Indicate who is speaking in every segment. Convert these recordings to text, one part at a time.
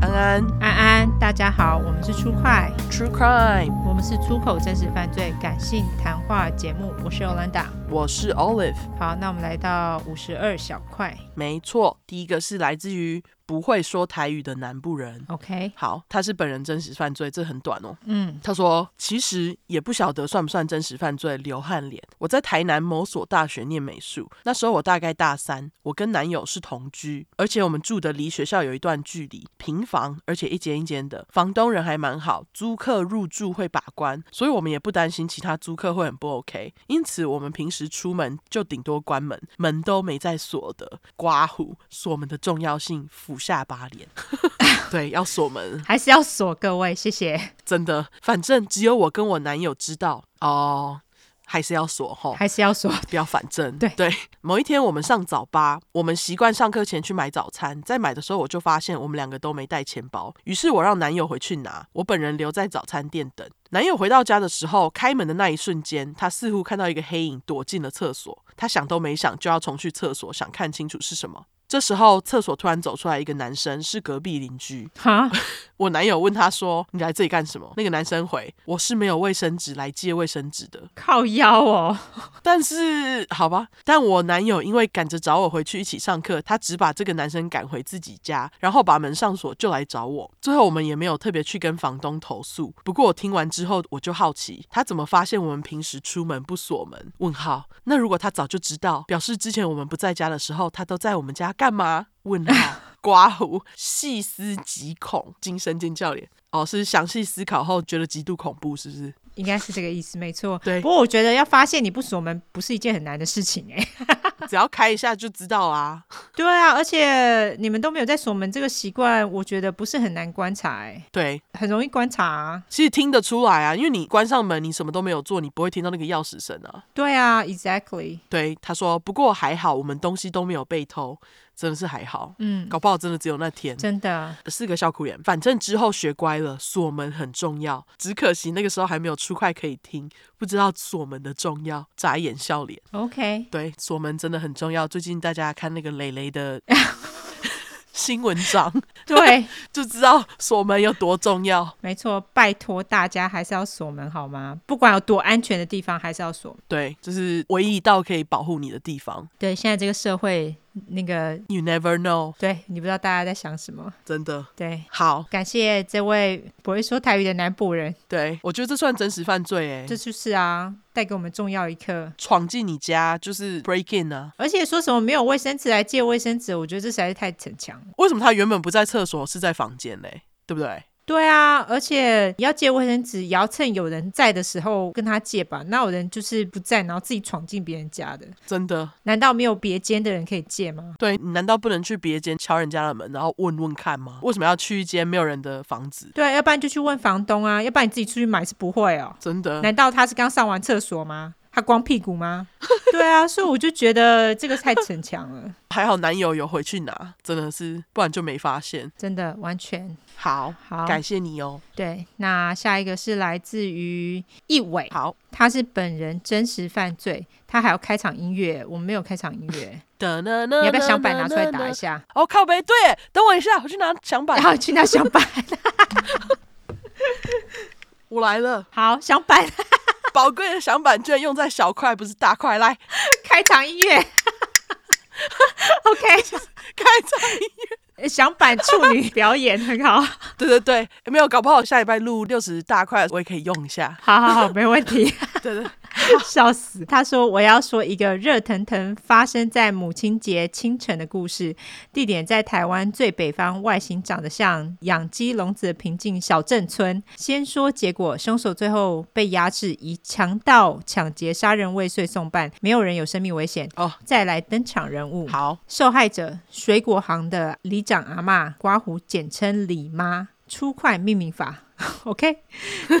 Speaker 1: 安
Speaker 2: 安安，大家好，我们是出快，
Speaker 1: ，True Crime，
Speaker 2: 我们是出口真实犯罪感性谈话节目，我是 Olanda。
Speaker 1: 我是 Olive。
Speaker 2: 好，那我们来到五十二小块
Speaker 1: 没错，第一个是来自于不会说台语的南部人。
Speaker 2: ，OK，
Speaker 1: 好，他是本人真实犯罪，这很短哦。
Speaker 2: 嗯，
Speaker 1: 他说：“其实也不晓得算不算真实犯罪。”流汗脸，我在台南某所大学念美术，那时候我大概大三，我跟男友是同居，而且我们住的离学校有一段距离，平房，而且一间一间的，房东人还蛮好，租客入住会把关，所以我们也不担心其他租客会很不 OK。因此，我们平时出门就顶多关门，门都没在锁的。刮胡锁门的重要性，俯下巴脸。 对，要锁门。
Speaker 2: 还是要锁各位，谢谢，
Speaker 1: 真的，反正只有我跟我男友知道哦，还是要锁吼。
Speaker 2: 还是要锁，
Speaker 1: 不要反正
Speaker 2: 对
Speaker 1: 某一天我们上早八，我们习惯上课前去买早餐，在买的时候我就发现我们两个都没带钱包，于是我让男友回去拿，我本人留在早餐店等。男友回到家的时候，开门的那一瞬间，他似乎看到一个黑影躲进了厕所，他想都没想就要冲去厕所，想看清楚是什么。这时候，厕所突然走出来一个男生，是隔壁邻居。
Speaker 2: 哈，
Speaker 1: 我男友问他说：“你来这里干什么？”那个男生回：“我是没有卫生纸来借卫生纸的。
Speaker 2: 靠腰哦，”
Speaker 1: 但是好吧，但我男友因为赶着找我回去一起上课，他只把这个男生赶回自己家，然后把门上锁就来找我。最后我们也没有特别去跟房东投诉。不过我听完之后，我就好奇他怎么发现我们平时出门不锁门？问号。那如果他早就知道，表示之前我们不在家的时候，他都在我们家干嘛？问号。刮胡，细思极恐，惊声尖叫脸。哦，是详细思考后觉得极度恐怖，是不是？
Speaker 2: 应该是这个意思，没错。
Speaker 1: 对
Speaker 2: 不过我觉得要发现你不锁门不是一件很难的事情、哎，
Speaker 1: 只要开一下就知道啊。
Speaker 2: 对啊，而且你们都没有在锁门这个习惯，我觉得不是很难观察、哎，
Speaker 1: 对，
Speaker 2: 很容易观察、啊。
Speaker 1: 其实听得出来啊，因为你关上门，你什么都没有做，你不会听到那个钥匙声啊。
Speaker 2: 对啊，exactly，
Speaker 1: 对，他说，不过还好，我们东西都没有被偷，真的是还好。
Speaker 2: 嗯，
Speaker 1: 搞不好真的只有那天。
Speaker 2: 真的，
Speaker 1: 四个笑哭脸，反正之后学乖了，锁门很重要。只可惜那个时候还没有出快可以听，不知道锁门的重要，眨眼笑脸。
Speaker 2: OK，
Speaker 1: 对，锁门真的很重要。最近大家看那个蕾蕾的新文章，
Speaker 2: 对，
Speaker 1: 就知道锁门有多重要。
Speaker 2: 没错，拜托大家还是要锁门好吗？不管有多安全的地方，还是要锁门。
Speaker 1: 对，这是唯一一道可以保护你的地方。
Speaker 2: 对，现在这个社会，那个
Speaker 1: You never know，
Speaker 2: 对你不知道大家在想什么。
Speaker 1: 真的。
Speaker 2: 对，
Speaker 1: 好，
Speaker 2: 感谢这位不会说台语的南部人，
Speaker 1: 对我觉得这算真实犯罪哎
Speaker 2: 这，就是啊，带给我们重要一刻。
Speaker 1: 闯进你家就是 break in 啊。
Speaker 2: 而且说什么没有卫生纸来借卫生纸，我觉得这实在是太逞强了。
Speaker 1: 为什么他原本不在厕所，是在房间嘞？对不对？
Speaker 2: 对啊，而且你要借卫生纸，也要趁有人在的时候跟他借吧。那有人就是不在，然后自己闯进别人家的，
Speaker 1: 真的，
Speaker 2: 难道没有别间的人可以借吗？
Speaker 1: 对你难道不能去别间敲人家的门，然后问问看吗？为什么要去一间没有人的房子？
Speaker 2: 对啊，要不然就去问房东啊，要不然你自己出去买是不会哦。
Speaker 1: 真的，
Speaker 2: 难道他是刚上完厕所吗？他光屁股吗？对啊，所以我就觉得这个太逞强了，
Speaker 1: 还好男友有回去拿，真的是，不然就没发现。
Speaker 2: 真的完全
Speaker 1: 好，
Speaker 2: 好。
Speaker 1: 感谢你哦。
Speaker 2: 对，那下一个是来自于一伟，
Speaker 1: 好，
Speaker 2: 他是本人真实犯罪，他还有开场音乐，我们没有开场音乐，
Speaker 1: 的呢
Speaker 2: 你
Speaker 1: 呢，
Speaker 2: 要不要响板拿出来打一？下？
Speaker 1: 哦，靠背，对，等我一下，我去拿响板
Speaker 2: 然。 后去拿响板，
Speaker 1: 我来了，
Speaker 2: 好，响板
Speaker 1: 宝贵的响板居然用在小块，不是大块。来，
Speaker 2: 开场音乐 ，OK，
Speaker 1: 开场音乐。
Speaker 2: 响板处女表演很好。
Speaker 1: 对对对，诶没有，搞不好下礼拜录六十大块，我也可以用一下。
Speaker 2: 好好好，没问题，,
Speaker 1: 对 对，
Speaker 2: 笑死。他说我要说一个热腾腾发生在母亲节清晨的故事，地点在台湾最北方，外形长得像养鸡笼子的平静小镇村。先说结果，凶手最后被压制，以强盗、抢劫、杀人未遂送办，没有人有生命危险。
Speaker 1: 哦，
Speaker 2: 再来登场人物，
Speaker 1: 好，
Speaker 2: 受害者水果行的里长阿嬷，刮胡简称李妈，粗快命名法 ，OK，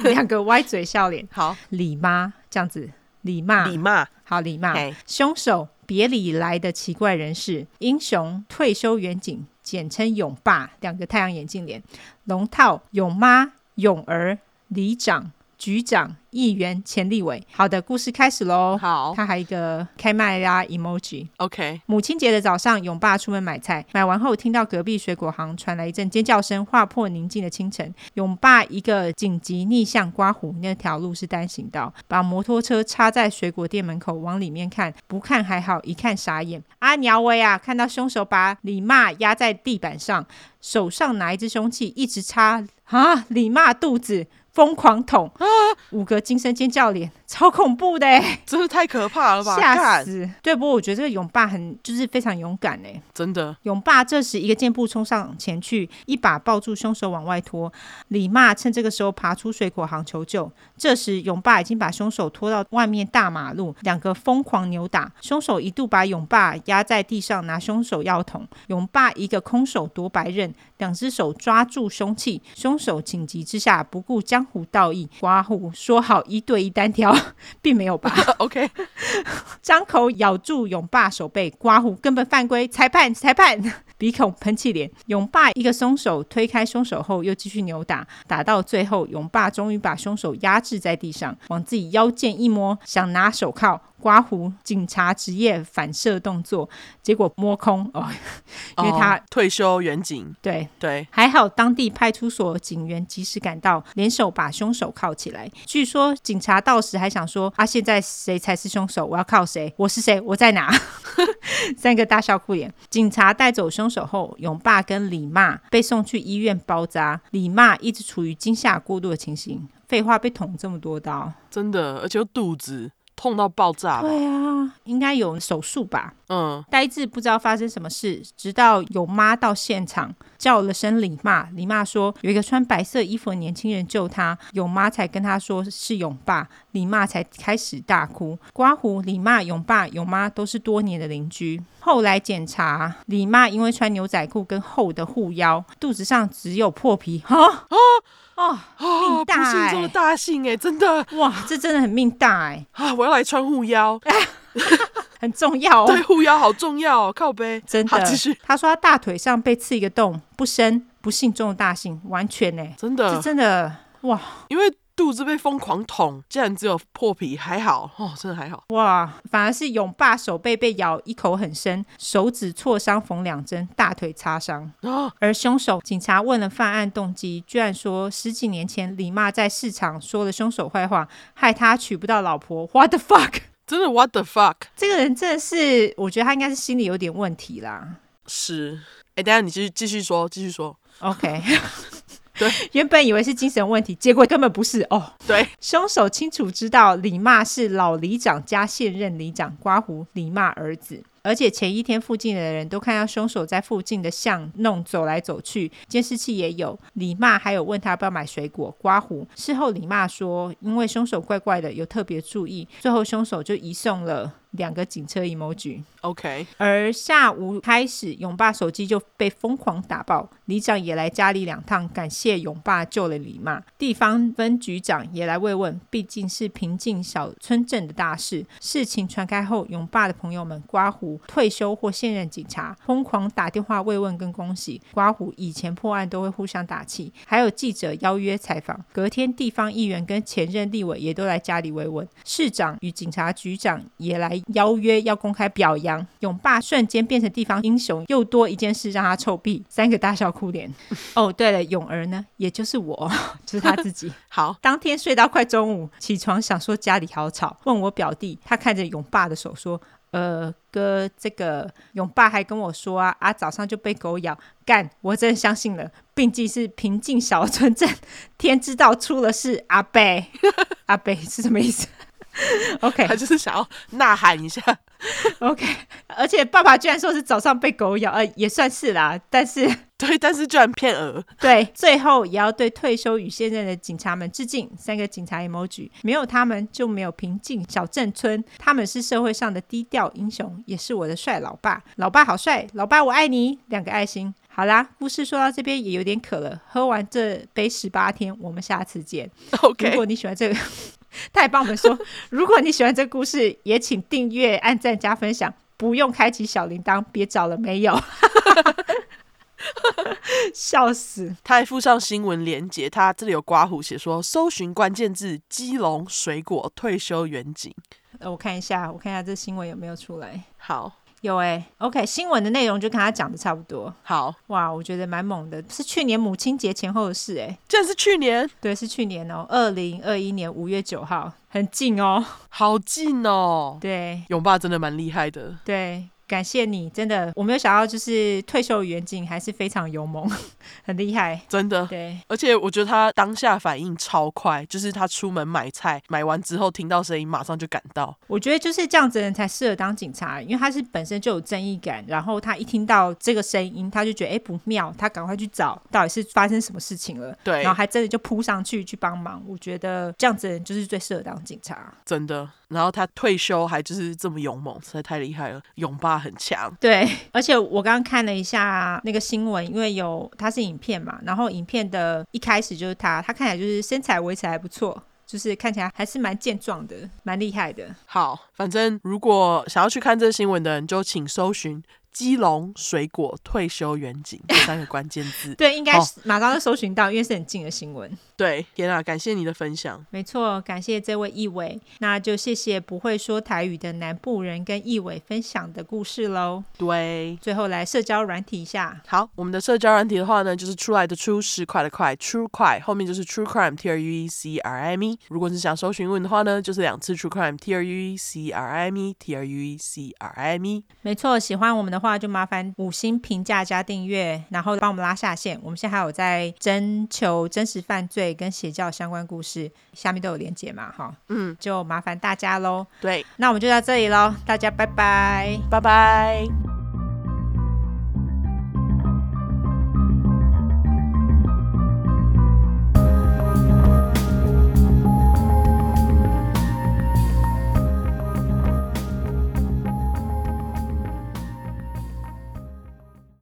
Speaker 2: 两个歪嘴笑脸。
Speaker 1: 好，
Speaker 2: 李妈这样子，李妈
Speaker 1: 你骂，
Speaker 2: 好，李妈
Speaker 1: 嘿
Speaker 2: 凶手别里来的奇怪人士，英雄退休远景，简称勇爸，两个太阳眼镜脸，龙套勇妈勇儿里长。局长、议员、前立委。好的，故事开始喽。
Speaker 1: 好
Speaker 2: 他还有一个开麦啦 emoji。
Speaker 1: ，OK，
Speaker 2: 母亲节的早上，勇爸出门买菜，买完后听到隔壁水果行传来一阵尖叫声，划破宁静的清晨。勇爸一个紧急逆向刮胡，那条路是单行道，把摩托车插在水果店门口，往里面看，不看还好，一看傻眼。阿鸟威啊，看到凶手把李骂压在地板上，手上拿一支凶器，一直插啊李骂肚子，疯狂捅，五个惊声尖叫脸，超恐怖的、欸。
Speaker 1: 真是太可怕了吧！
Speaker 2: 吓
Speaker 1: 干
Speaker 2: 死！对，不过我觉得这个勇爸很就是非常勇敢哎。
Speaker 1: 真的
Speaker 2: 勇爸这时一个箭步冲上前去，一把抱住凶手往外拖。李骂趁这个时候爬出水果行求救。这时勇爸已经把凶手拖到外面大马路，两个疯狂扭打。凶手一度把勇爸压在地上，拿凶手要捅。勇爸一个空手夺白刃，两只手抓住凶器。凶手紧急之下不顾江湖道义，刮胡说好一对一单挑， 并没有吧？
Speaker 1: ，OK，
Speaker 2: 张口咬住勇爸手背，刮胡根本犯规，裁判裁判！ 鼻孔喷气脸，勇爸一个松手推开凶手后，又继续扭打，打到最后，勇爸终于把凶手压制在地上，往自己腰间一摸，想拿手铐。刮胡，警察职业反射动作，结果摸空哦，因为他
Speaker 1: 哦退休远景，
Speaker 2: 对，
Speaker 1: 对，
Speaker 2: 还好当地派出所警员及时赶到，联手把凶手铐起来。据说警察到时还想说啊，现在谁才是凶手？我要铐谁？我是谁？我在哪？ 三个大笑哭脸。警察带走凶手后，勇爸跟李骂被送去医院包扎，李骂一直处于惊吓过度的情形。废话，被捅这么多刀，
Speaker 1: 真的，而且又肚子痛到爆炸吧，
Speaker 2: 对啊，应该有手术吧？
Speaker 1: 嗯，
Speaker 2: 呆滞不知道发生什么事，直到有妈到现场叫了声李妈，李妈说有一个穿白色衣服的年轻人救她，勇妈才跟她说是勇爸，李妈才开始大哭。刮胡、李妈、勇爸、勇妈都是多年的邻居。后来检查，李妈因为穿牛仔裤跟厚的护腰，肚子上只有破皮， 哈哦哦，
Speaker 1: 啊，
Speaker 2: 命大
Speaker 1: 不幸中的大幸哎、真的
Speaker 2: 哇，这真的很命大哎、
Speaker 1: 啊，我要来穿护腰，
Speaker 2: 哦很重要哦。
Speaker 1: 对，护腰好重要、哦，靠背，
Speaker 2: 真
Speaker 1: 好
Speaker 2: 的
Speaker 1: 继续，，
Speaker 2: 他说他大腿上被刺一个洞，不深不幸中的大幸，完全呢、
Speaker 1: 真
Speaker 2: 这
Speaker 1: 的，
Speaker 2: 真的哇
Speaker 1: 因为肚子被疯狂捅，竟然只有破皮，还好哦，真的还好，
Speaker 2: 哇，反而是勇爸手背被咬一口很深，手指挫伤缝两针，大腿擦伤。
Speaker 1: 啊，
Speaker 2: 而凶手，警察问了犯案动机，居然说十几年前李妈在市场说了凶手坏话，害他娶不到老婆。What the fuck！
Speaker 1: 真的 what the fuck
Speaker 2: 这个人真的是，我觉得他应该是心理有点问题啦。
Speaker 1: 是，哎、等一下你继续继续说，继续说，
Speaker 2: OK，
Speaker 1: 对，
Speaker 2: 原本以为是精神问题，结果根本不是哦。
Speaker 1: 对，
Speaker 2: 凶手清楚知道李骂是老里长加现任里长刮胡李骂儿子，而且前一天附近的人都看到凶手在附近的巷弄走来走去，监视器也有。李骂还有问他要不要买水果刮胡。事后李骂说，因为凶手怪怪的，有特别注意。最后凶手就移送了两个警车 emoji。
Speaker 1: ，OK，
Speaker 2: 而下午开始，勇爸手机就被疯狂打爆，里长也来家里两趟，感谢勇爸救了李妈。地方分局长也来慰问，毕竟是平静小村镇的大事。事情传开后，勇爸的朋友们刮胡退休或现任警察疯狂打电话慰问跟恭喜。刮胡以前破案都会互相打气，还有记者邀约采访。隔天，地方议员跟前任立委也都来家里慰问，市长与警察局长也来邀约要公开表扬。勇爸瞬间变成地方英雄，又多一件事让他臭屁，三个大笑哭脸。哦，对了，勇儿呢，也就是我， 就是他自己。
Speaker 1: 好，
Speaker 2: 当天睡到快中午，起床想说家里好吵，问我表弟，他看着勇爸的手说：“呃，哥，这个勇爸还跟我说啊，啊，早上就被狗咬，干，我真的相信了，毕竟是平静小村镇，天知道出了事，阿贝， 阿贝是什么意思？OK，
Speaker 1: 他就是想要呐喊一下，
Speaker 2: OK，而且爸爸居然说是早上被狗咬，呃，也算是啦。但是
Speaker 1: 对，但是居然骗鹅，
Speaker 2: 对，最后也要对退休与现任的警察们致敬。三个警察 emoji，没有他们就没有平静小镇村，他们是社会上的低调英雄，也是我的帅老爸。老爸好帅，老爸我爱你，两个爱心。好啦，故事说到这边也有点渴了，喝完这杯十八天，我们下次见。如
Speaker 1: OK，
Speaker 2: 果你喜欢这个， 他也帮我们说，如果你喜欢这故事，也请订阅、按赞、加分享，不用开启小铃铛，别找了没有。 笑死！
Speaker 1: 他还附上新闻连结，他这里有刮胡写说，搜寻关键字“基隆水果退休远景
Speaker 2: 呃，我看一下，我看一下这新闻有没有出来。”。
Speaker 1: 好
Speaker 2: 有哎、o k 新闻的内容就跟他讲的差不多。
Speaker 1: 好，
Speaker 2: 哇，我觉得蛮猛的，是去年母亲节前后的事哎、
Speaker 1: 竟然是去年，
Speaker 2: 对，是去年哦，二零二一年五月九号，很近哦。
Speaker 1: 好近哦！
Speaker 2: 对
Speaker 1: 勇爸真的蛮厉害的，
Speaker 2: 对，感谢你，真的，我没有想到，就是退休远景还是非常勇猛， 很厉害。
Speaker 1: 真的。
Speaker 2: 对，
Speaker 1: 而且我觉得他当下反应超快，就是他出门买菜，买完之后听到声音，马上就赶到。
Speaker 2: 我觉得就是这样子的人才适合当警察，因为他是本身就有正义感，然后他一听到这个声音，他就觉得哎、诶不妙，他赶快去找到底是发生什么事情了，
Speaker 1: 对
Speaker 2: 然，后还真的就扑上去去帮忙。我觉得这样子的人就是最适合当警察。
Speaker 1: 真的。然后他退休还就是这么勇猛，实在太厉害了。勇爸很强，
Speaker 2: 对，而且我刚刚看了一下那个新闻，因为有它是影片嘛，然后影片的一开始就是他，他看起来就是身材维持还不错，就是看起来还是蛮健壮的，蛮厉害的。
Speaker 1: 好，反正如果想要去看这个新闻的人，就请搜寻“基隆水果退休远景”这三个关键字。
Speaker 2: 对，应该
Speaker 1: 哦
Speaker 2: 是马上就搜寻到，因为是很近的新闻。
Speaker 1: 对，天啊，感谢你的分享。
Speaker 2: 没错，感谢这位义伟，那就谢谢不会说台语的南部人跟义伟分享的故事喽。
Speaker 1: 对。
Speaker 2: 最后来社交软体一下，
Speaker 1: 好，我们的社交软体的话呢，就是出来的出，十块的块，True 块，后面就是 True Crime T R U E C R I M E。如果你想搜询问的话呢，就是两次 True Crime T R U E C R I M E T R U E C R I M E。
Speaker 2: 没错，喜欢我们的话就麻烦五星评价加订阅，然后帮我们拉下线。我们现在还有在征求真实犯罪跟邪教相关故事，下面都有连结嘛，哈，
Speaker 1: 嗯，
Speaker 2: 就麻烦大家喽。
Speaker 1: 对，
Speaker 2: 那我们就到这里喽，大家拜拜。
Speaker 1: 拜拜。